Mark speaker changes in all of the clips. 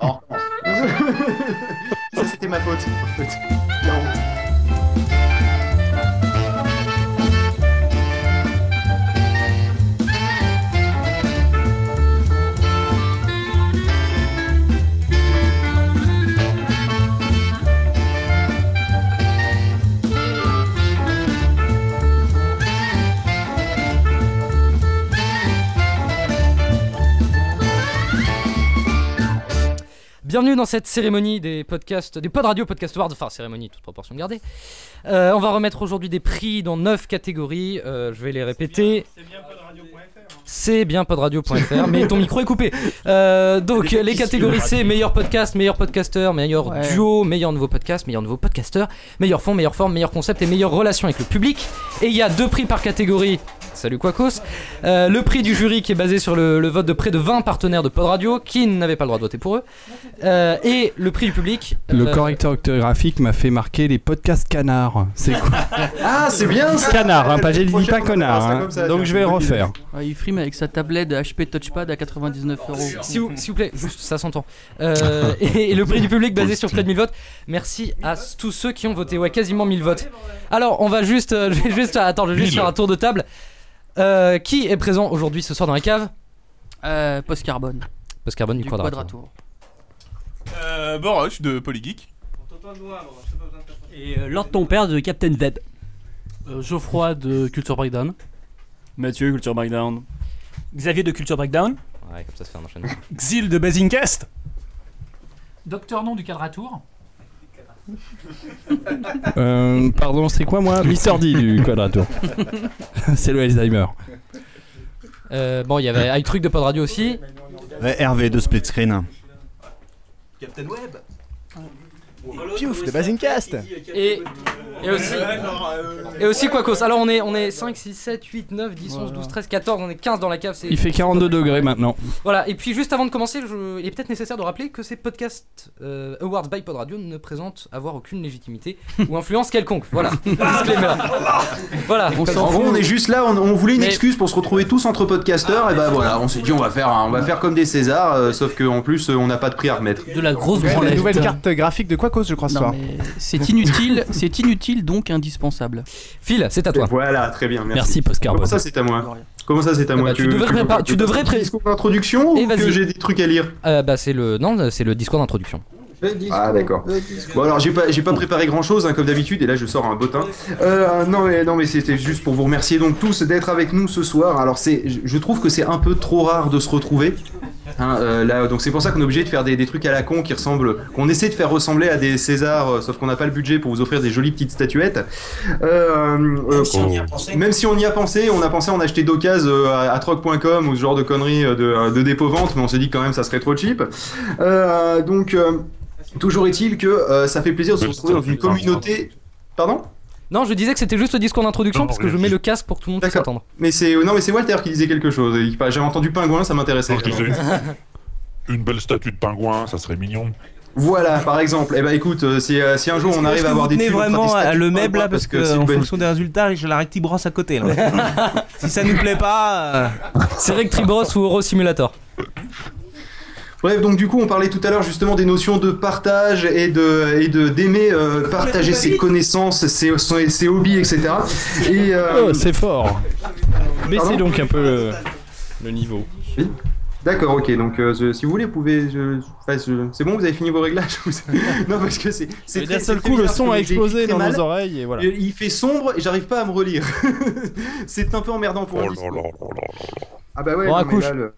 Speaker 1: On recommence. Ça, c'était ma faute, en fait. La honte.
Speaker 2: Bienvenue dans cette cérémonie des podcasts, des pod radio podcast awards, enfin cérémonie toute proportion gardée. Euh, on va remettre aujourd'hui des prix dans 9 catégories, euh, je vais les répéter. C'est bien podradio.fr, mais ton micro est coupé. Euh, donc les catégories c'est meilleur podcast, meilleur podcasteur, meilleur
Speaker 3: Ouais.
Speaker 2: duo, meilleur nouveau podcast, meilleur nouveau podcasteur, meilleur fond, meilleure forme, meilleur concept et meilleure relation avec le public. Et il y a deux prix par catégorie. Salut Quacos. Euh, le prix du jury qui est basé sur le, le vote de près de 20 partenaires de Pod Radio qui n'avaient pas le droit de voter pour eux. Euh, et le prix du public.
Speaker 3: Le
Speaker 2: euh,
Speaker 3: correcteur orthographique m'a fait marquer les podcasts canards. C'est quoi
Speaker 1: Ah, c'est bien ça
Speaker 3: Canard, hein, pas, j'ai
Speaker 1: Prochaine
Speaker 3: dit pas
Speaker 1: fois, on
Speaker 3: connard.
Speaker 1: fera ça
Speaker 3: hein.
Speaker 1: comme ça,
Speaker 3: Donc
Speaker 1: tiens.
Speaker 3: je vais refaire.
Speaker 4: Ah, il frime avec sa tablette HP Touchpad à 99 euros.
Speaker 2: S'il vous, s'il vous plaît, juste ça s'entend. Euh, et, et le prix du public basé sur près de 1000 votes. Merci à tous ceux qui ont voté. Ouais, quasiment 1000 votes. Alors, on va juste. euh, je vais juste attends, je vais juste
Speaker 5: 1000.
Speaker 2: faire un tour de table. Euh, qui est présent aujourd'hui ce soir dans la cave
Speaker 4: Euh, Post Carbone.
Speaker 2: Parce Carbone du,
Speaker 4: Du
Speaker 2: Quadratour.
Speaker 4: Quadratour.
Speaker 5: Euh, Borush de Polygeek.
Speaker 6: Et euh, Lord ton père de Captain Web.
Speaker 7: Euh, Geoffroy de Culture Breakdown.
Speaker 8: Mathieu, Culture Breakdown.
Speaker 6: Xavier de Culture Breakdown.
Speaker 2: Ouais, comme ça se fait un enchaînement.
Speaker 8: Xil de Basingcast.
Speaker 9: Docteur Non du Quadratour.
Speaker 3: Euh, pardon, c'est quoi moi Mister D du Quadratour. c'est le Alzheimer.
Speaker 2: Euh, bon, il y avait un truc de Pod Radio aussi.
Speaker 10: Hervé de Split Screen.
Speaker 1: Captain Web
Speaker 10: Piouf de Basingcast.
Speaker 2: Et, et aussi. Et aussi Quacos. Alors, on est, on est 5, 6, 7, 8, 9, 10, 11, 12, 13, 14. On est 15 dans la cave. c'est-
Speaker 3: Il fait 42 degrés maintenant.
Speaker 2: Voilà, et puis juste avant de commencer, je- il est peut-être nécessaire de rappeler que ces podcasts euh, Awards by Pod Radio ne présentent avoir aucune légitimité ou influence quelconque. Voilà, disclaimer. voilà,
Speaker 4: On
Speaker 1: En
Speaker 4: s'en
Speaker 1: gros, on
Speaker 4: fout.
Speaker 1: est juste là, on, on voulait une
Speaker 2: Mais- Ah,
Speaker 1: excuse pour se retrouver tous entre podcasteurs, et bah voilà, on s'est dit on va faire, un- on va faire comme des Césars, euh, sauf qu'en plus euh, on n'a pas de prix à remettre.
Speaker 7: De la grosse
Speaker 10: La
Speaker 7: branlette.
Speaker 10: nouvelle carte graphique de Quacos, je crois, ce
Speaker 4: Non,
Speaker 10: soir.
Speaker 4: mais c'est inutile, c'est inutile donc indispensable.
Speaker 2: Phil, c'est à toi.
Speaker 1: Voilà, très bien, merci.
Speaker 3: Merci,
Speaker 1: Comment
Speaker 3: Postcarbone.
Speaker 1: ça c'est à moi
Speaker 4: Gloria.
Speaker 1: Comment ça c'est à
Speaker 2: Ah
Speaker 1: moi
Speaker 2: bah, tu devrais
Speaker 1: veux-
Speaker 2: préparer- tu
Speaker 1: veux-
Speaker 2: devrais pré-
Speaker 1: discours d'introduction
Speaker 2: Et
Speaker 1: ou
Speaker 2: vas-y.
Speaker 1: que j'ai des trucs à lire
Speaker 2: Euh, bah c'est le non, c'est le discours d'introduction.
Speaker 1: Ah d'accord. Bon alors j'ai pas j'ai pas préparé grand chose comme d'habitude et là je sors un bottin. Euh, non mais non mais c'était juste pour vous remercier donc tous d'être avec nous ce soir. Alors c'est je- je trouve que c'est un peu trop rare de se retrouver. Hein, euh, là, donc c'est pour ça qu'on est obligé de faire des, des trucs à la con qui ressemblent, qu'on essaie de faire ressembler à des Césars, euh, sauf qu'on n'a pas le budget pour vous offrir des jolies petites statuettes. Euh, euh, même si on y a pensé, on a pensé en acheter d'occasion euh, à, à troc.com ou ce genre de conneries euh, de, euh, de dépôt-vente, mais on s'est dit que quand même ça serait trop cheap. Euh, donc, euh, toujours est-il que euh, ça fait plaisir de se retrouver dans une communauté. Pardon
Speaker 2: Non, je disais que c'était juste le discours d'introduction
Speaker 5: Non,
Speaker 2: parce que je mets le casque pour que tout le monde puisse
Speaker 1: D'accord.
Speaker 2: entendre.
Speaker 1: Mais c'est non mais c'est Walter qui disait quelque chose. Il- bah, J'avais entendu pingouin, ça m'intéressait.
Speaker 5: je disais, Une belle statue de pingouin, ça serait mignon.
Speaker 1: Voilà, par exemple. Eh ben écoute, euh, si, euh, si un jour on arrive à avoir des
Speaker 11: Tenez
Speaker 1: tubes, on fera des
Speaker 11: vraiment à
Speaker 1: statues
Speaker 11: le
Speaker 1: pour
Speaker 11: meuble là
Speaker 1: voir,
Speaker 11: parce
Speaker 1: c'est
Speaker 11: que
Speaker 1: une
Speaker 11: en
Speaker 1: bonne
Speaker 11: fonction des résultats, j'ai la rectibrosse à côté là. si ça nous plaît pas, euh,
Speaker 2: C'est Rectribros ou Euro Simulator.
Speaker 1: Bref, donc du coup, on parlait tout à l'heure justement des notions de partage et de et de d'aimer euh, partager ses connaissances, ses, ses, ses hobbies, etc. Et euh,
Speaker 3: Oh, c'est fort. Baissez
Speaker 1: Pardon
Speaker 3: donc un peu le, le niveau.
Speaker 1: d'accord, ok. Donc, euh, je- si vous voulez, vous pouvez. je- enfin, je- c'est bon, vous avez fini vos réglages. non, parce que c'est c'est
Speaker 3: Et
Speaker 1: très-
Speaker 3: d'un seul
Speaker 1: c'est très
Speaker 3: coup, le
Speaker 1: bizarre
Speaker 3: son
Speaker 1: parce
Speaker 3: a
Speaker 1: que j'ai
Speaker 3: explosé
Speaker 1: très
Speaker 3: dans
Speaker 1: mal.
Speaker 3: nos oreilles et voilà.
Speaker 1: Et Il fait sombre et j'arrive pas à me relire. c'est un peu emmerdant pour
Speaker 5: Oh
Speaker 1: moi.
Speaker 5: là là là là là.
Speaker 1: Ah bah ouais,
Speaker 2: Bon,
Speaker 1: non, mais,
Speaker 2: accouche.
Speaker 1: là, le-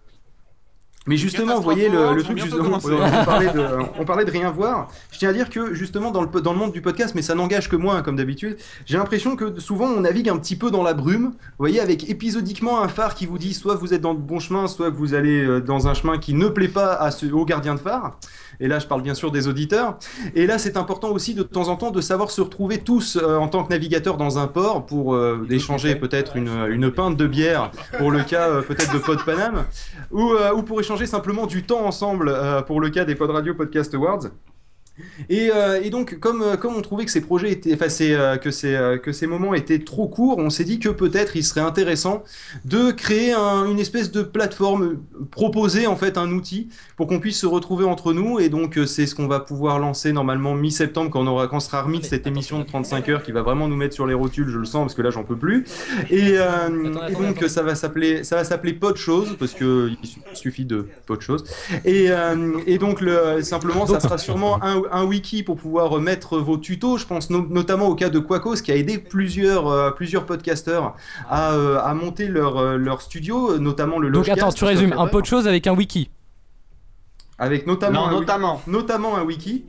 Speaker 1: mais justement, vous voyez le, le truc, justement, on, parlait de, on parlait de rien voir. Je tiens à dire que justement, dans le, po- dans le monde du podcast, mais ça n'engage que moi, hein, comme d'habitude, j'ai l'impression que souvent on navigue un petit peu dans la brume, vous voyez, avec épisodiquement un phare qui vous dit soit vous êtes dans le bon chemin, soit vous allez euh, dans un chemin qui ne plaît pas à ce, au gardien de phare. Et là, je parle bien sûr des auditeurs. Et là, c'est important aussi de, temps en temps de savoir se retrouver tous euh, en tant que navigateurs dans un port pour euh, échanger peut-être une, une pinte de bière pour le cas euh, peut-être de Pod Panam ou, euh, ou pour échanger simplement du temps ensemble euh, pour le cas des Pod Radio Podcast Awards. Et, euh, et donc, comme, euh, comme on trouvait que ces projets étaient, enfin, ces, euh, que, ces, euh, que ces moments étaient trop courts, on s'est dit que peut-être il serait intéressant de créer un- une espèce de plateforme, euh, proposer en fait un outil pour qu'on puisse se retrouver entre nous. Et donc, euh, c'est ce qu'on va pouvoir lancer normalement mi-septembre quand on aura, quand on sera remis de cette émission de 35 heures qui va vraiment nous mettre sur les rotules, je le sens, parce que là, j'en peux plus. Et, euh, et donc, ça va s'appeler, ça va s'appeler Pas de choses, parce que il su- suffit de pas de choses. Et, euh, et donc, le, simplement, ça sera sûrement un, un wiki pour pouvoir mettre vos tutos. Je pense no- notamment au cas de Quacos qui a aidé plusieurs, euh, plusieurs podcasteurs à, euh, à monter leur, euh, leur studio, notamment le
Speaker 2: Donc
Speaker 1: Logcast,
Speaker 2: attends, tu résumes
Speaker 1: parce que-
Speaker 2: un pot de choses avec un wiki.
Speaker 1: avec notamment,
Speaker 2: Non,
Speaker 1: un,
Speaker 2: notamment.
Speaker 1: notamment un wiki.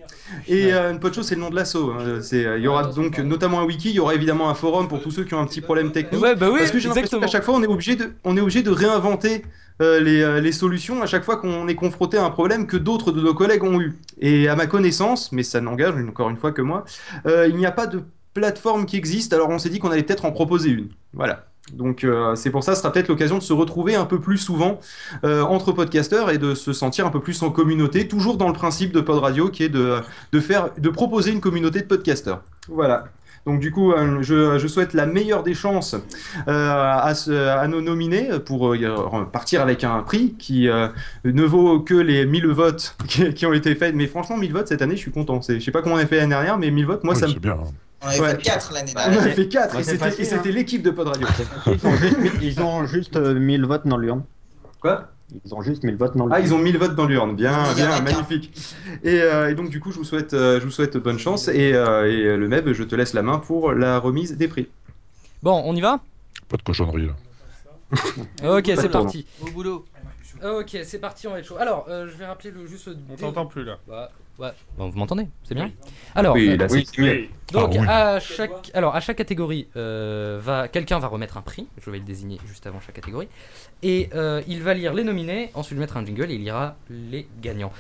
Speaker 1: Et euh, une pote chose, c'est le nom de l'assaut. hein. euh, Il y aura donc notamment un wiki, il y aura évidemment un forum pour tous ceux qui ont un petit problème technique.
Speaker 2: Ouais, bah oui,
Speaker 1: parce que j'ai l'impression
Speaker 2: exactement.
Speaker 1: qu'à chaque fois, on est obligé de, on est obligé de réinventer euh, les, euh, les solutions à chaque fois qu'on est confronté à un problème que d'autres de nos collègues ont eu. Et à ma connaissance, mais ça n'engage encore une fois que moi, euh, il n'y a pas de plateforme qui existe. Alors on s'est dit qu'on allait peut-être en proposer une. Voilà. Donc euh, c'est pour ça, ce sera peut-être l'occasion de se retrouver un peu plus souvent euh, entre podcasteurs et de se sentir un peu plus en communauté, toujours dans le principe de Pod Radio qui est de, de faire, de proposer une communauté de podcasteurs. Voilà. Donc du coup, euh, je, je souhaite la meilleure des chances euh, à, ce- à nos nominés pour euh, partir avec un prix qui euh, ne vaut que les 1000 votes qui, qui ont été faits. Mais franchement, 1000 votes cette année, je suis content. C'est- Je sais pas comment on a fait l'année dernière, mais 1000 votes, moi, ça me...
Speaker 5: bien. hein.
Speaker 12: On avait fait 4 l'année
Speaker 1: On
Speaker 12: dernière.
Speaker 1: avait fait 4
Speaker 12: Ouais,
Speaker 1: et
Speaker 12: c'est
Speaker 1: c'était-
Speaker 12: facile,
Speaker 1: et c'était
Speaker 12: hein.
Speaker 1: l'équipe de Pod Radio.
Speaker 13: Ils ont juste, ils ont juste, euh, 1000 votes dans l'urne.
Speaker 1: Quoi
Speaker 13: Ils ont juste 1000 votes dans l'urne.
Speaker 1: Ah, ils ont 1000 votes dans l'urne, bien,
Speaker 13: Il y en a
Speaker 1: bien,
Speaker 13: qu'un.
Speaker 1: magnifique. Et, euh, et donc, du coup, je vous souhaite, euh, je vous souhaite bonne chance. Et, euh, et, euh, le MEB, je te laisse la main pour la remise des prix.
Speaker 2: Bon, on y va
Speaker 5: Pas de cochonnerie là.
Speaker 2: Ok, c'est
Speaker 1: Pardon.
Speaker 2: parti.
Speaker 4: Au boulot.
Speaker 2: Ok, c'est parti, on va être chaud. Alors, euh, je vais rappeler le juste. On
Speaker 14: t'entend plus, là.
Speaker 2: ouais. Bon, vous m'entendez C'est bien Alors,
Speaker 1: Oui,
Speaker 2: euh,
Speaker 1: là, c'est
Speaker 2: oui.
Speaker 1: mieux.
Speaker 2: Donc,
Speaker 1: Ah, oui.
Speaker 2: à, chaque, alors, à chaque catégorie, euh, va, quelqu'un va remettre un prix. Je vais le désigner juste avant chaque catégorie. Et euh, il va lire les nominés, ensuite mettre un jingle et il lira les gagnants.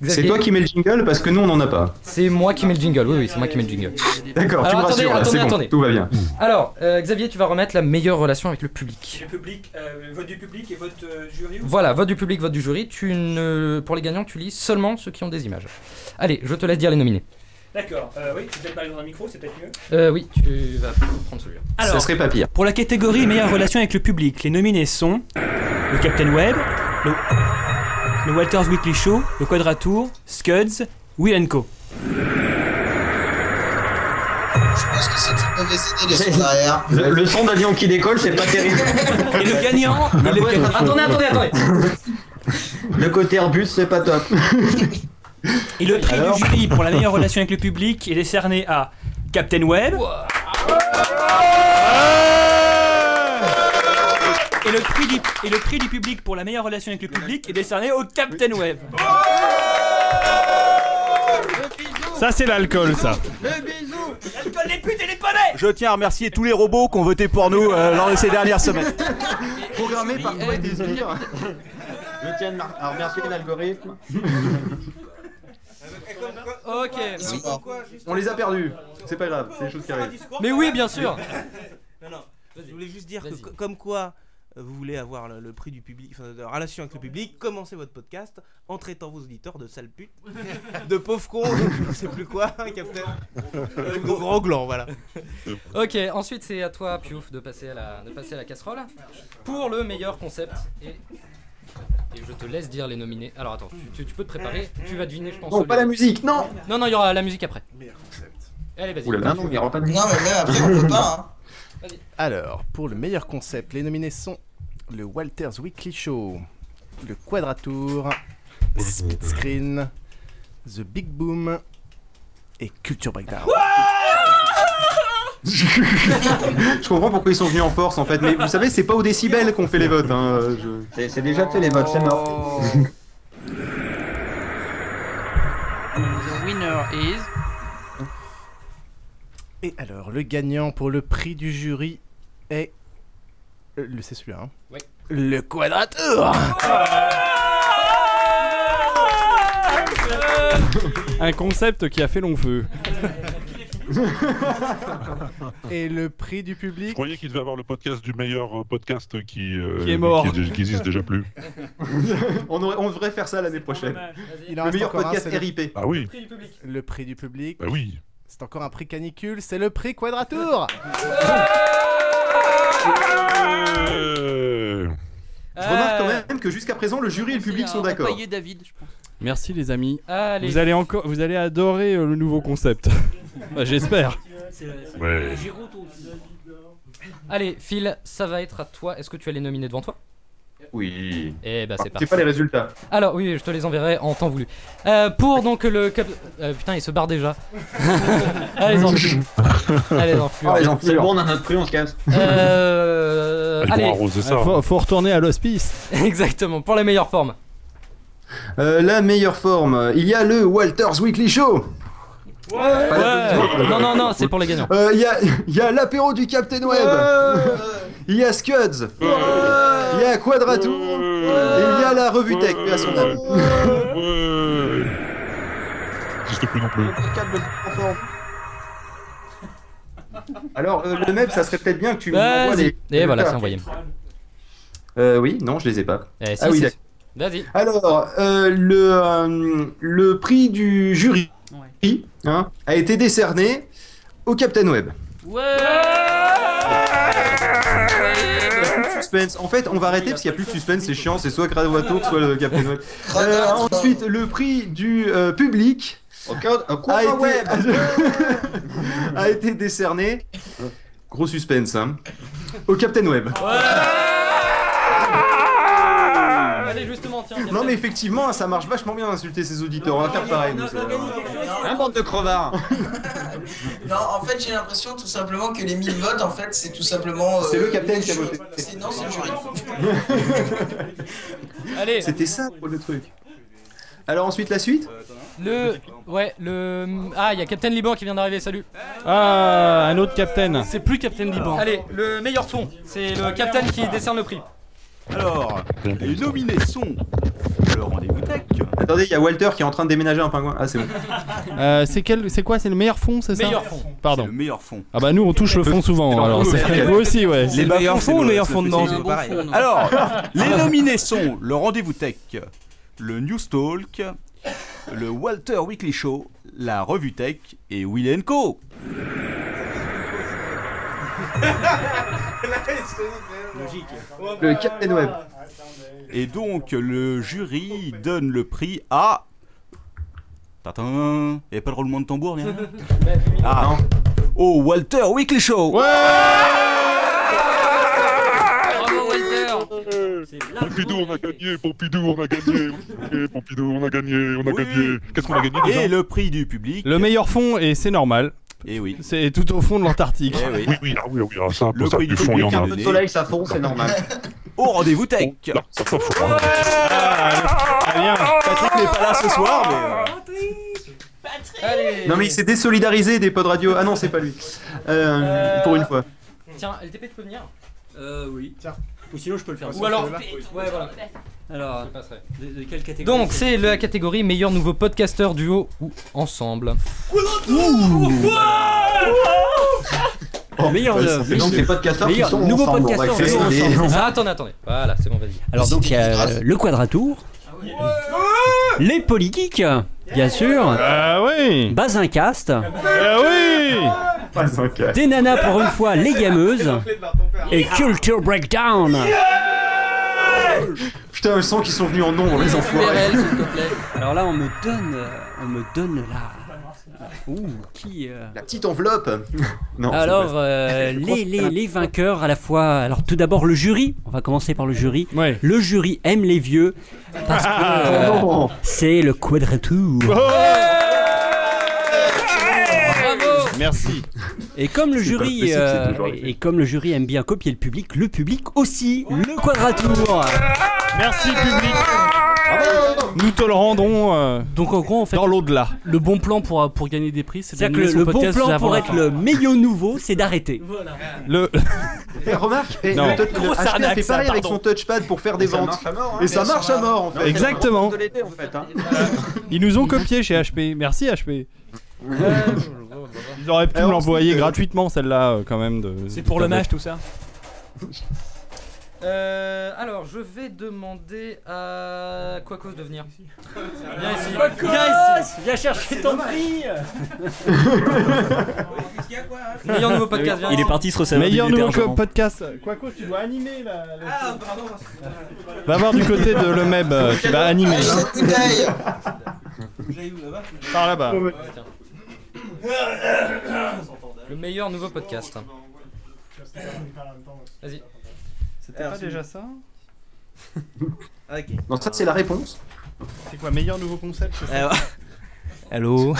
Speaker 1: C'est toi qui mets le jingle parce que nous, on n'en a pas.
Speaker 2: C'est moi qui mets le jingle, oui, oui, c'est moi qui mets le jingle.
Speaker 1: D'accord, tu me
Speaker 2: Alors, attendez,
Speaker 1: rassures, là,
Speaker 2: attendez,
Speaker 1: c'est bon,
Speaker 2: attendez.
Speaker 1: tout va bien.
Speaker 2: Alors, euh, Xavier, tu vas remettre la meilleure relation avec le public.
Speaker 14: Le public, euh, vote du public et vote euh, jury ou-
Speaker 2: Voilà, vote du public, vote du jury. Tu ne... Pour les gagnants, tu lis seulement ceux qui ont des images. Allez, je te laisse dire les nominés.
Speaker 14: D'accord, euh, oui, tu peux parler dans un micro, c'est peut-être mieux.
Speaker 2: Euh, oui, tu vas prendre celui-là.
Speaker 14: Alors,
Speaker 1: serait pas pire.
Speaker 14: Pour la catégorie meilleure relation avec le public, les nominés sont le Captain Web, le, le Walters Weekly Show, le Quadratour, Scuds, Will Co.
Speaker 12: Je pense que c'est une mauvaise idée, les sons derrière.
Speaker 13: Le, le son d'avion qui décolle, c'est pas terrible.
Speaker 14: Et le gagnant,
Speaker 13: il est-
Speaker 2: Attendez, attendez, attendez.
Speaker 13: Le côté Airbus, c'est pas top.
Speaker 14: Et le prix du jury pour la meilleure relation avec le public est décerné à Captain Web. Et le, prix du, et le prix du public pour la meilleure relation avec le public est décerné au Captain Web.
Speaker 8: Ça, c'est l'alcool, ça.
Speaker 14: Le bisou L'alcool, les putes et les poneys
Speaker 11: Je tiens à remercier tous les robots qui ont voté pour nous euh, lors de ces dernières semaines.
Speaker 1: Programmé par toi et tes sbires.
Speaker 13: Je tiens de mar- à remercier l'algorithme.
Speaker 2: Ok.
Speaker 1: On les a perdus. C'est pas grave, c'est les choses qui arrivent.
Speaker 2: Mais oui, bien sûr.
Speaker 11: Non, non, je voulais juste dire que co- comme quoi euh, vous voulez avoir le, le prix du public, enfin de la relation avec le public, commencez votre podcast en traitant vos auditeurs de sales putes, de pauvres cons, je sais plus quoi, capitaine. Euh, gros, gros gland, voilà.
Speaker 2: Ok, ensuite c'est à toi, Piouf, de passer à la, de passer à la casserole pour le meilleur concept. Et, et je te laisse dire les nominés. Alors attends, tu, tu- tu peux te préparer. Tu vas deviner, je pense.
Speaker 1: Non,
Speaker 2: celui-
Speaker 1: pas la musique, non
Speaker 2: Non, non, il y aura la musique après. Allez, vas-y.
Speaker 1: Oulala.
Speaker 13: Non, non, il y aura pas de-
Speaker 12: Non, mais là, après, on peut pas.
Speaker 10: Alors, pour le meilleur concept, les nominés sont le Walters Weekly Show, le Quadratour, Split Screen, The Big Boom et Culture Breakdown.
Speaker 1: Je comprends pourquoi ils sont venus en force en fait, mais vous savez, c'est pas au décibel qu'on fait les votes. hein, je-
Speaker 13: C'est déjà fait les votes, c'est mort.
Speaker 4: The winner is.
Speaker 10: Et alors, le gagnant pour le prix du jury est. euh, le- c'est celui-là, hein
Speaker 2: Ouais.
Speaker 10: Le Quadratour
Speaker 3: Un concept qui a fait long feu.
Speaker 10: Et le prix du public.
Speaker 5: Je croyais qu'il devait avoir le podcast du meilleur euh, podcast qui, euh,
Speaker 10: Qui est mort.
Speaker 5: qui- qui existe déjà plus.
Speaker 1: on, aurait- on devrait faire ça l'année prochaine.
Speaker 10: Il en
Speaker 1: le
Speaker 10: reste
Speaker 1: meilleur
Speaker 10: encore un,
Speaker 1: podcast
Speaker 10: c'est le-
Speaker 1: RIP.
Speaker 10: Le prix du public.
Speaker 5: Ah Bah oui.
Speaker 10: C'est encore un prix canicule, c'est le prix Quadratour.
Speaker 2: Euh,
Speaker 1: Je remarque
Speaker 10: Euh,
Speaker 1: quand même que jusqu'à présent, le jury et le public
Speaker 10: hein,
Speaker 1: sont d'accord.
Speaker 4: Payé David, je pense.
Speaker 3: Merci les amis.
Speaker 4: Allez.
Speaker 3: Vous allez encore, vous allez adorer euh, le nouveau concept. Bah, J'espère.
Speaker 10: Euh,
Speaker 5: Ouais. Ah,
Speaker 2: Allez, Phil, ça va être à toi. Est-ce que tu as les nominés devant toi
Speaker 1: Oui.
Speaker 2: Eh bah, c'est
Speaker 1: Ah, J'ai
Speaker 2: parti.
Speaker 1: pas les résultats.
Speaker 2: Alors, oui, je te les enverrai en temps voulu. Euh, pour donc le. cap- euh, putain, il se barre déjà. allez, en Allez, enflure.
Speaker 13: Ah, les enflures. C'est bon, on a notre prix, on se casse.
Speaker 2: Euh.
Speaker 13: Ils vont
Speaker 2: Allez.
Speaker 13: arroser
Speaker 3: Ah, faut, faut retourner à l'hospice.
Speaker 2: Exactement, pour la meilleure forme.
Speaker 1: Euh, la meilleure forme, euh, il y a le Walters Weekly Show. Pas d'applaudissements.
Speaker 2: Non, non, non, c'est pour les gagnants.
Speaker 1: Euh, Il y a- il y a l'apéro du Captain Web. Il y a Scuds. Il y a Quadratour. Et il y a la revue Tech, paix à son âme.
Speaker 5: Juste plus non plus.
Speaker 1: Alors, euh, le MEP, ça serait peut-être bien que tu
Speaker 2: Bah, Vas-y.
Speaker 1: m'envoies les.
Speaker 2: Et voilà,
Speaker 1: résultats.
Speaker 2: c'est envoyé.
Speaker 1: Euh, oui, non, je les ai pas.
Speaker 2: Eh, si,
Speaker 1: ah oui,
Speaker 2: si,
Speaker 1: d'accord.
Speaker 2: si. Vas-y.
Speaker 1: Alors, euh, le, euh, le prix du jury hein, a été décerné au Captain Web. Suspense. En fait, on va arrêter parce qu'il n'y a plus de suspense, c'est chiant, c'est soit Kradwato, soit le Captain Web. Euh, ensuite, le prix du euh, public a été, a été décerné. Gros suspense, hein, au Captain Web.
Speaker 2: Allez, justement, tiens.
Speaker 1: Non mais effectivement, ça marche vachement bien d'insulter ses auditeurs, on va faire pareil. nous, ça.
Speaker 13: Un bande de crevards.
Speaker 12: Non, en fait, j'ai l'impression tout simplement que les 1000 votes, en fait, c'est tout simplement. euh,
Speaker 1: C'est le capitaine qui a voté.
Speaker 12: C'est- Non, c'est le jury.
Speaker 2: Allez.
Speaker 1: C'était ça le truc. Alors ensuite la suite
Speaker 2: Le. Ouais, le. Ah, il y a Captain Liban qui vient d'arriver, salut.
Speaker 3: Ah, un autre captain.
Speaker 2: C'est plus Captain Liban. Allez, le meilleur son. C'est le Captain qui décerne le prix.
Speaker 15: Alors, les nominés sont le rendez-vous tech.
Speaker 1: Attendez, il y a Walter qui est en train de déménager un pingouin. Ah c'est bon.
Speaker 3: Euh, c'est quel, c'est quoi, c'est le meilleur fond, c'est ça
Speaker 15: Meilleur fond.
Speaker 3: Pardon.
Speaker 15: Le meilleur fond.
Speaker 3: Ah bah nous on touche le fond souvent. Alors c'est vous aussi ouais.
Speaker 15: Les meilleurs fonds ou le meilleur fond de
Speaker 3: C'est
Speaker 15: pareil. Alors, les nominés sont le rendez-vous tech, le News Talk, le Walter Weekly Show, la revue tech et Will Co.
Speaker 11: Logique.
Speaker 1: Le Captain Web.
Speaker 15: Et donc, le jury donne le prix à. Tintin. Et pas de roulement de tambour, rien Ah Au Walter Weekly Show
Speaker 11: Bravo Walter.
Speaker 5: Pompidou, on a gagné, Pompidou, on a gagné, on a gagné, Pompidou, on a gagné, on a gagné. Qu'est-ce qu'on a gagné déjà
Speaker 15: Et le prix du public.
Speaker 3: Le meilleur fond et c'est normal.
Speaker 15: Et oui.
Speaker 3: C'est tout au fond de l'Antarctique.
Speaker 15: Eh oui.
Speaker 5: Oui, oui, ah oui, ah oui, ah, ça,
Speaker 15: Le
Speaker 5: ça,
Speaker 15: prix
Speaker 5: du
Speaker 15: du
Speaker 5: fond, il y
Speaker 15: public,
Speaker 5: en a.
Speaker 15: un peu de soleil,
Speaker 13: ça fond, c'est normal.
Speaker 15: Au rendez-vous tech
Speaker 5: Oh.
Speaker 15: Patrick n'est pas là ce soir, mais.
Speaker 2: Allez.
Speaker 1: Non mais il s'est désolidarisé des pods radio. Ah non, c'est pas lui. Euh,
Speaker 2: Euh,
Speaker 1: Pour une fois.
Speaker 2: Tiens, LTP, tu peux venir
Speaker 6: Euh, oui. Ou sinon, je peux le faire.
Speaker 2: Ou alors-
Speaker 6: Ouais, voilà. Alors, de, de quelle catégorie
Speaker 2: Donc, c'est la catégorie meilleur nouveau podcasteur duo ou ensemble.
Speaker 6: meilleur
Speaker 2: c'est donc les podcasteurs qui
Speaker 6: meilleur-
Speaker 2: sont
Speaker 6: nouveau
Speaker 2: ensemble, on va
Speaker 6: podcasteur
Speaker 2: créer
Speaker 6: nouveau
Speaker 2: des-
Speaker 6: ensemble.
Speaker 2: Ah, attendez, attendez. Voilà, c'est bon, vas-y.
Speaker 6: Alors donc il y a euh, le quadratour. Les polygeeks, bien sûr.
Speaker 3: Ah oui.
Speaker 6: Bazincast.
Speaker 3: Ah oui.
Speaker 6: Des nanas pour une fois, les gameuses. Et Culture Breakdown.
Speaker 1: Putain, je sens qu'ils sont venus en nombre, les enfoirés.
Speaker 6: Alors là on me donne, euh, on me donne là. Ouh, qui euh,
Speaker 1: La petite enveloppe. Non. c'est
Speaker 6: alors,
Speaker 1: pas-
Speaker 6: euh, les, les, les vainqueurs à la fois. Alors, tout d'abord, le jury. On va commencer par le jury.
Speaker 3: Ah,
Speaker 6: Le jury aime les vieux parce que euh,
Speaker 1: Oh non.
Speaker 6: c'est le quadratour.
Speaker 3: Merci.
Speaker 6: Et comme le
Speaker 3: pas possible,
Speaker 6: jury
Speaker 3: c'est
Speaker 6: euh,
Speaker 3: toujours
Speaker 6: et comme le jury aime bien copier le public, le public aussi le quadratour.
Speaker 3: Merci public.
Speaker 6: Oh,
Speaker 3: Nous te le rendrons. euh,
Speaker 7: Donc en gros, en fait,
Speaker 3: dans l'au-delà.
Speaker 7: Le bon plan pour, pour gagner des prix, c'est
Speaker 6: C'est-à-dire
Speaker 7: d'annuler
Speaker 6: que
Speaker 7: son
Speaker 6: le, le bon
Speaker 7: podcast juste
Speaker 6: plan
Speaker 7: avant
Speaker 6: pour
Speaker 7: la
Speaker 6: être
Speaker 7: fin.
Speaker 6: le meilleur nouveau, c'est d'arrêter.
Speaker 3: Le
Speaker 1: Eh, remarque, eh,
Speaker 6: Non.
Speaker 1: le, touch- le
Speaker 6: Grosse
Speaker 1: HP
Speaker 6: arnaque,
Speaker 1: fait
Speaker 6: ça,
Speaker 1: pareil avec
Speaker 6: pardon.
Speaker 1: son touchpad pour faire des
Speaker 13: Et ça
Speaker 1: ventes.
Speaker 13: marche à mort, hein.
Speaker 1: Et ça
Speaker 13: Bien
Speaker 1: marche
Speaker 13: sûr,
Speaker 1: à mort en
Speaker 13: non,
Speaker 1: fait.
Speaker 13: mais
Speaker 3: Exactement. Euh,
Speaker 13: De l'été en fait. Hein.
Speaker 3: Ils nous ont copié chez HP. Merci HP. il aurait pu me
Speaker 14: Alors,
Speaker 3: l'envoyer
Speaker 14: c'est-
Speaker 3: gratuitement celle-là euh, quand même. de-
Speaker 14: C'est
Speaker 3: de
Speaker 14: pour le
Speaker 3: tablette.
Speaker 14: match tout ça
Speaker 2: Euh, alors, je vais demander à Quacos de venir. Viens ici.
Speaker 6: Quacos
Speaker 2: Viens ici.
Speaker 6: Viens chercher
Speaker 2: C'est
Speaker 6: ton
Speaker 2: dommage.
Speaker 6: prix.
Speaker 11: hein
Speaker 2: Meilleur nouveau podcast. viens
Speaker 14: Il est
Speaker 2: ici.
Speaker 14: parti se
Speaker 6: hein,
Speaker 14: resservir
Speaker 3: Meilleur
Speaker 14: du
Speaker 3: nouveau
Speaker 14: détergent.
Speaker 3: co- podcast.
Speaker 13: Quoi que tu dois animer là. Ah, pardon.
Speaker 3: Va voir du côté de le Meb euh, qui va animer. Par là-bas.
Speaker 2: Ouais, tiens. Le meilleur nouveau podcast. Vas-y.
Speaker 3: C'était pas déjà ça
Speaker 1: Donc ça c'est la réponse.
Speaker 3: C'est quoi, meilleur nouveau concept c'est ça
Speaker 11: Alors- Allô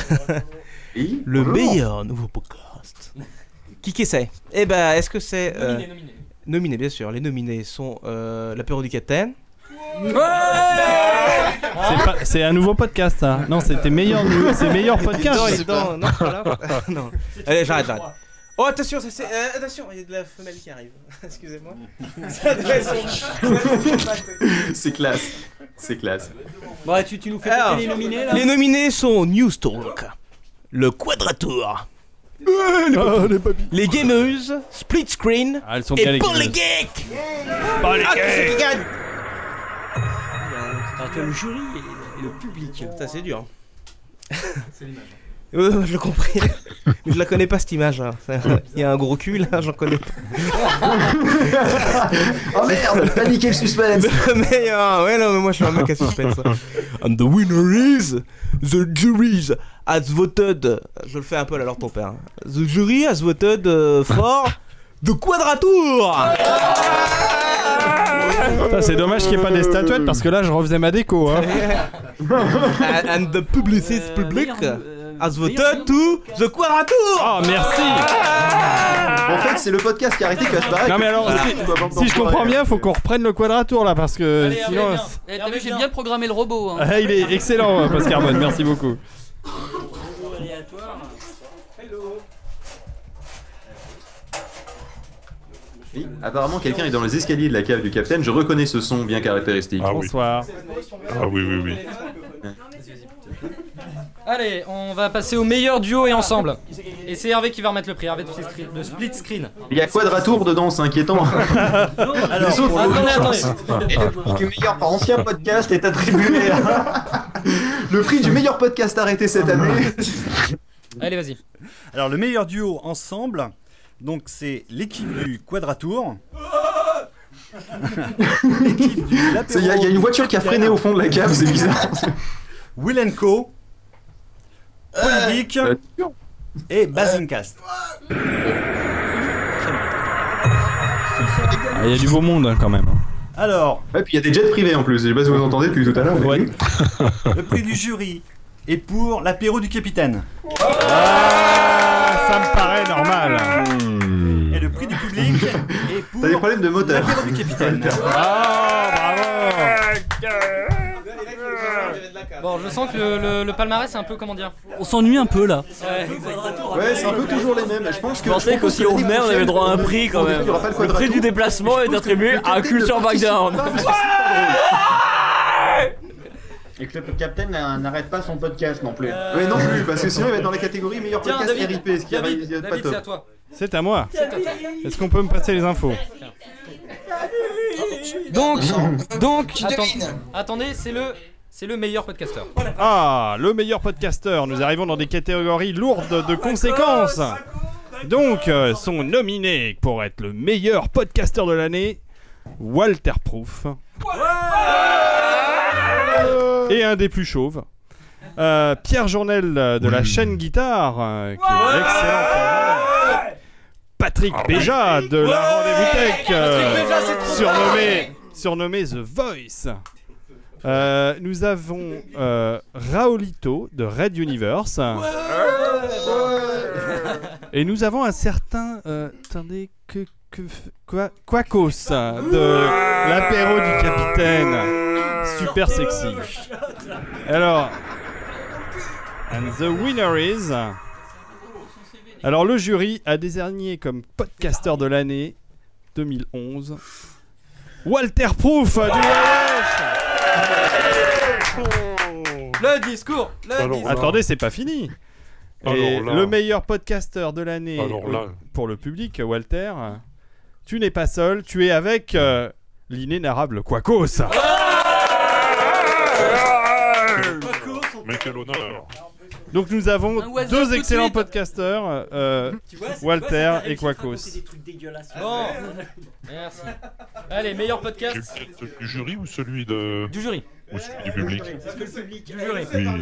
Speaker 1: Oui,
Speaker 11: Le
Speaker 1: bonjour.
Speaker 11: meilleur nouveau podcast. Qui qui c'est Eh ben, est-ce que c'est. euh,
Speaker 2: Nominé, nominé.
Speaker 11: nominé, bien sûr. Les nominés sont euh, l'apéro du capitaine.
Speaker 3: C'est pas- C'est un nouveau podcast ça. Non, c'était meilleur nouveau, c'est meilleur podcast.
Speaker 11: Non, non, non, voilà. Non. Allez, j'arrête, j'arrête. Oh, attention, ça c'est. euh, attention, il y a de la femelle qui arrive. Excusez-moi. Ça doit être son-
Speaker 1: C'est classe. C'est classe.
Speaker 6: Bon, tu, tu nous fais
Speaker 11: Alors,
Speaker 6: péter les nominés là
Speaker 11: les nominés sont Newstalk, le Quadratour, euh, les, papis. les Gameuses, Split Screen
Speaker 3: Ah, elles sont
Speaker 11: et
Speaker 3: bien, les
Speaker 11: Paul les
Speaker 3: Gameuses.
Speaker 11: Geeks.
Speaker 3: Paul les
Speaker 11: Ah, qui c'est qui
Speaker 3: Geeks.
Speaker 11: gagne
Speaker 6: Alors, tu as le jury et, et le public.
Speaker 11: Ça c'est dur.
Speaker 9: C'est l'image. hein.
Speaker 11: Ouais, ouais, je l'ai compris. Mais je la connais pas cette image. hein. Ça- Il y a un gros cul là, j'en connais pas.
Speaker 1: oh merde, paniquez le suspense.
Speaker 11: Le meilleur, ouais, non, mais moi je suis un mec à suspense. hein. And the winner is the jury has voted. Je le fais un peu alors ton père. hein. The jury has voted euh, for the Quadratour.
Speaker 3: Putain, C'est dommage qu'il n'y ait pas des statuettes parce que là je refaisais ma déco. Hein.
Speaker 11: and, and the
Speaker 6: Euh,
Speaker 11: publicist public has voted to the Quadratour.
Speaker 3: Oh merci.
Speaker 1: En fait, c'est le podcast qui a arrêté qui Ah, va se barrer.
Speaker 3: Non mais alors,
Speaker 1: Voilà.
Speaker 3: si,
Speaker 1: Tout avant
Speaker 3: si je
Speaker 1: d'en
Speaker 3: comprends bien, faut qu'on reprenne le quadratour là parce que
Speaker 4: Allez, allez,
Speaker 3: sinon.
Speaker 4: viens. Eh, T'as vu, j'ai bien programmé le robot. hein.
Speaker 3: Ah, il est excellent, euh, Post Carbone, merci beaucoup.
Speaker 6: Aléatoire.
Speaker 1: Oui, Apparemment, quelqu'un est dans les escaliers de la cave du capitaine. Je reconnais ce son bien caractéristique.
Speaker 3: Ah.
Speaker 5: Ah
Speaker 3: Bonsoir.
Speaker 1: Ah oui, oui, oui.
Speaker 2: Allez, on va passer au meilleur duo et ensemble. Et c'est Hervé qui va remettre le prix. Hervé de split screen. De split screen.
Speaker 1: Il y a Quadratour dedans, c'est inquiétant.
Speaker 2: Alors,
Speaker 1: Les autres,
Speaker 2: attendez, attendez.
Speaker 3: Ah,
Speaker 13: Le meilleur par ancien podcast est attribué à. Ah.
Speaker 1: Le prix du meilleur podcast arrêté cette année.
Speaker 2: Allez, vas-y.
Speaker 15: euh,
Speaker 16: Alors, le meilleur duo ensemble, donc c'est l'équipe du Quadratour. L'équipe du
Speaker 1: Il y, a- y a une voiture qui a freiné au fond de la cave, c'est bizarre.
Speaker 16: Will and Co. Polygeek et Bazincast.
Speaker 3: Ah, Il y a du beau monde hein, quand même.
Speaker 16: Alors,
Speaker 1: Ouais, puis il y a des jets privés en plus. Je sais pas si vous entendez depuis tout à l'heure. mais-
Speaker 16: le prix du jury est pour l'apéro du capitaine. Ah,
Speaker 3: ça me paraît normal.
Speaker 1: Hmm.
Speaker 16: Et le prix du public est pour
Speaker 1: T'as des problèmes de moteur.
Speaker 16: l'apéro du capitaine.
Speaker 2: Bon, je sens que le, le- le palmarès, c'est un peu comment dire. euh,
Speaker 6: On s'ennuie un peu là.
Speaker 1: Ouais, c'est un peu toujours les mêmes. Je pense que.
Speaker 14: Je pensais
Speaker 1: je pense
Speaker 14: qu'aussi
Speaker 1: que
Speaker 14: on
Speaker 1: l'année
Speaker 14: venait, on avait
Speaker 1: prochaine,
Speaker 14: droit à un
Speaker 1: on-
Speaker 14: prix
Speaker 1: on
Speaker 14: quand
Speaker 1: dit qu'il
Speaker 14: même.
Speaker 1: y aura pas de
Speaker 14: Le prix du déplacement est attribué à Culture Backdown.
Speaker 13: Et que le capitaine euh, n'arrête pas son podcast non plus.
Speaker 1: Ouais, non plus, parce que sinon il va être dans la catégorie meilleur
Speaker 2: Tiens,
Speaker 1: podcast
Speaker 2: David,
Speaker 1: RIP, ce qui
Speaker 2: David,
Speaker 1: arrive pas
Speaker 2: David,
Speaker 1: top.
Speaker 2: c'est à toi.
Speaker 3: C'est à moi.
Speaker 2: C'est à toi.
Speaker 3: Est-ce qu'on peut me passer les infos
Speaker 2: Donc, donc,
Speaker 1: Je
Speaker 2: attends-
Speaker 1: devine.
Speaker 2: attendez, c'est le, c'est le meilleur podcasteur.
Speaker 3: Ah, le meilleur podcasteur. Nous arrivons dans des catégories lourdes de conséquences. Donc, euh, sont nominés pour être le meilleur podcasteur de l'année Walter Proof. Et un des plus chauves. Euh, Pierre Journel euh, de la chaîne Guitare, euh, qui est excellent. Patrick Béja de la Rendez-vous Tech, euh,
Speaker 8: Ah Patrick Béja, c'est trop
Speaker 3: surnommé, surnommé The Voice. Euh, nous avons euh, Raolito de Red Universe. Et nous avons un certain. euh, attendez, que. que quoi, Quacos euh, de l'apéro du capitaine. Super sexy. Alors. And the winner is. Alors, le jury a désigné comme podcasteur de l'année 2011 Walter Proof du
Speaker 2: Le discours, le
Speaker 3: Attendez, c'est pas fini. Et
Speaker 16: Alors là.
Speaker 3: le meilleur podcasteur de l'année
Speaker 16: Alors
Speaker 3: au-
Speaker 16: là.
Speaker 3: pour le public, Walter. Tu n'es pas seul, tu es avec euh, l'inénarrable Quacos.
Speaker 5: Mais quel honneur
Speaker 3: Donc nous avons
Speaker 6: Un oiseau tout
Speaker 3: deux
Speaker 6: de
Speaker 3: excellents
Speaker 6: suite.
Speaker 3: podcasteurs, euh,
Speaker 6: Tu vois, c'est- tu vois,
Speaker 3: Walter
Speaker 6: ça t'a
Speaker 3: et
Speaker 6: réussi à te raconter
Speaker 3: Quacos.
Speaker 6: des trucs dégueulasses.
Speaker 2: Bon. Merci. Allez, meilleur podcast.
Speaker 5: Celui du jury ou celui de.
Speaker 2: Du jury.
Speaker 5: Ou celui du public
Speaker 2: Du jury.
Speaker 5: Oui, très bien.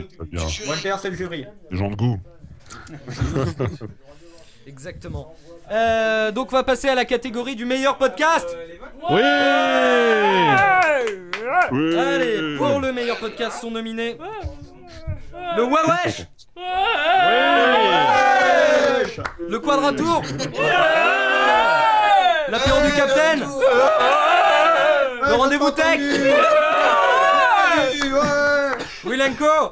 Speaker 13: Walter, c'est le jury.
Speaker 5: Des gens de goût.
Speaker 2: Exactement. Euh, donc on va passer à la catégorie du meilleur podcast.
Speaker 3: Oui
Speaker 5: Oui.
Speaker 2: Allez, pour le meilleur podcast sont nominés le Wawesh, le Quadratour, l'apéro du Capitaine, le rendez-vous tech, Willenko.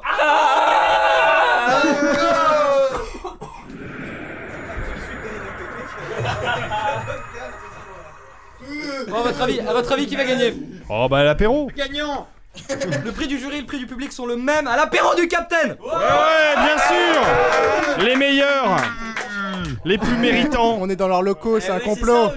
Speaker 2: Bon, à votre avis, à votre avis, qui va gagner
Speaker 3: Oh bah l'apéro
Speaker 2: Gagnant Le prix du jury et le prix du public sont le même à l'apéro du Capitaine
Speaker 3: Ouais, bien sûr Les meilleurs
Speaker 6: Mmh.
Speaker 3: Les plus méritants
Speaker 10: On est dans leurs
Speaker 1: Eh
Speaker 10: locaux, c'est un complot.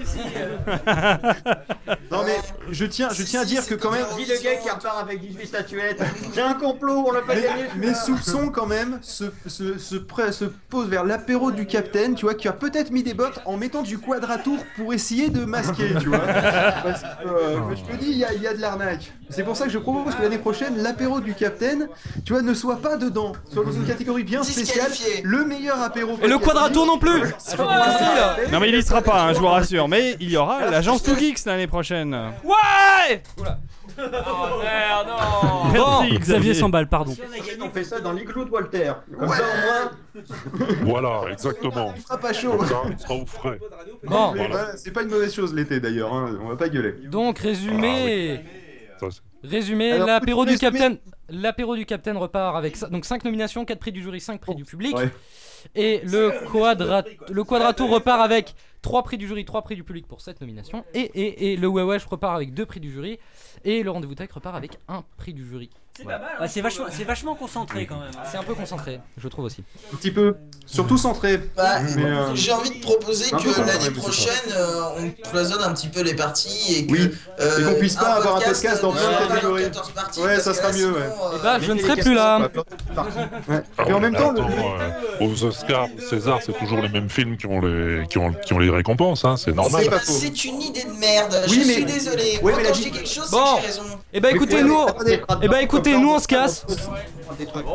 Speaker 13: Non mais je tiens, je tiens à dire que quand même. Dis le gars qui repart avec 18 statuettes. J'ai un complot, on l'a pas gagné.
Speaker 1: Mes, mes soupçons quand même se, se, se, pre- se posent vers l'apéro du capitaine, tu vois, qui a peut-être mis des bottes en mettant du quadratour pour essayer de masquer, tu vois. Parce que euh, je te dis, il y a, il y a de l'arnaque. C'est pour ça que je propose que l'année prochaine, l'apéro du capitaine, tu vois, ne soit pas dedans. Soit dans une catégorie bien spéciale, le meilleur apéro.
Speaker 2: Et le quadratour non plus
Speaker 3: Non mais il y sera pas, hein, je vous rassure, mais il y aura l'agence Two Geeks l'année prochaine.
Speaker 2: Ouais
Speaker 9: Oh merde, non
Speaker 3: Bon,
Speaker 6: Xavier s'emballe, pardon.
Speaker 13: Si on, a gagné, on fait ça dans l'igloo de Walter. Comme ça au moins.
Speaker 5: Voilà, exactement.
Speaker 1: sera pas chaud.
Speaker 5: Comme ça, on sera au frais.
Speaker 2: Bon.
Speaker 1: Mais voilà, c'est pas une mauvaise chose l'été d'ailleurs, hein, on va pas gueuler.
Speaker 2: Donc résumé,
Speaker 5: Ça, c'est-
Speaker 2: résumé,
Speaker 1: Alors,
Speaker 2: l'apéro du
Speaker 1: petit résumé.
Speaker 2: Capitaine, l'apéro du Capitaine repart avec ça- donc 5 nominations, 4 prix du jury, 5 prix du public.
Speaker 1: ouais.
Speaker 2: Et le quadra le quadratour repart avec 3 prix du jury, 3 prix du public pour cette nomination et et, et le Wewesh repart avec 2 prix du jury et le rendez-vous tech repart avec 1 prix du jury.
Speaker 6: C'est
Speaker 2: Voilà.
Speaker 6: pas mal. hein, c'est vachement, c'est vachement concentré quand même. hein.
Speaker 2: C'est un peu concentré, je trouve aussi.
Speaker 1: Un petit peu, surtout centré.
Speaker 12: Bah,
Speaker 1: Mais, euh,
Speaker 12: J'ai envie de proposer
Speaker 1: un peu
Speaker 12: que
Speaker 1: quand
Speaker 12: l'année
Speaker 1: même, c'est
Speaker 12: prochaine, euh, on cloisonne un petit peu les parties et que.
Speaker 1: Oui, et qu'on puisse pas avoir un podcast dans
Speaker 12: ne
Speaker 1: plein de
Speaker 12: soit pas dans
Speaker 1: catégories.
Speaker 12: 14 parties,
Speaker 1: Ouais,
Speaker 12: parce
Speaker 1: ça
Speaker 12: que
Speaker 1: sera
Speaker 12: là,
Speaker 1: mieux,
Speaker 12: sinon,
Speaker 1: ouais.
Speaker 12: euh,
Speaker 2: Eh ben, je ne serai plus là.
Speaker 1: Et en même temps, le-
Speaker 5: Attends, Ah, euh, aux Oscars, aux César, c'est toujours les mêmes films qui ont les, qui ont, qui ont les récompenses, hein, c'est normal.
Speaker 12: C'est- C'est une idée de merde, je
Speaker 1: Oui, mais-
Speaker 12: suis désolé.
Speaker 1: Ouais,
Speaker 12: Quand
Speaker 1: mais la
Speaker 12: je dis
Speaker 1: vie-
Speaker 12: quelque chose, c'est
Speaker 2: Bon,
Speaker 12: que j'ai raison.
Speaker 2: et bah écoutez nous, et bah écoutez nous on se casse.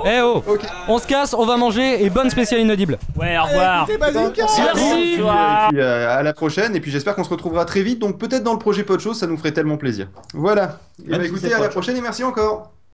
Speaker 2: Eh oh, on se casse, on va manger et bonne spéciale inaudible.
Speaker 6: Ouais, au
Speaker 12: Euh,
Speaker 6: revoir.
Speaker 1: Merci.
Speaker 2: Merci.
Speaker 1: Et puis, euh, à la prochaine, et puis j'espère qu'on se retrouvera très vite. Donc peut-être dans le projet Pod Show, ça nous ferait tellement plaisir. Voilà. Et
Speaker 13: Même si
Speaker 1: bah
Speaker 13: c'est
Speaker 1: écoutez, à
Speaker 13: pas
Speaker 1: la
Speaker 13: chaud.
Speaker 1: prochaine et merci encore.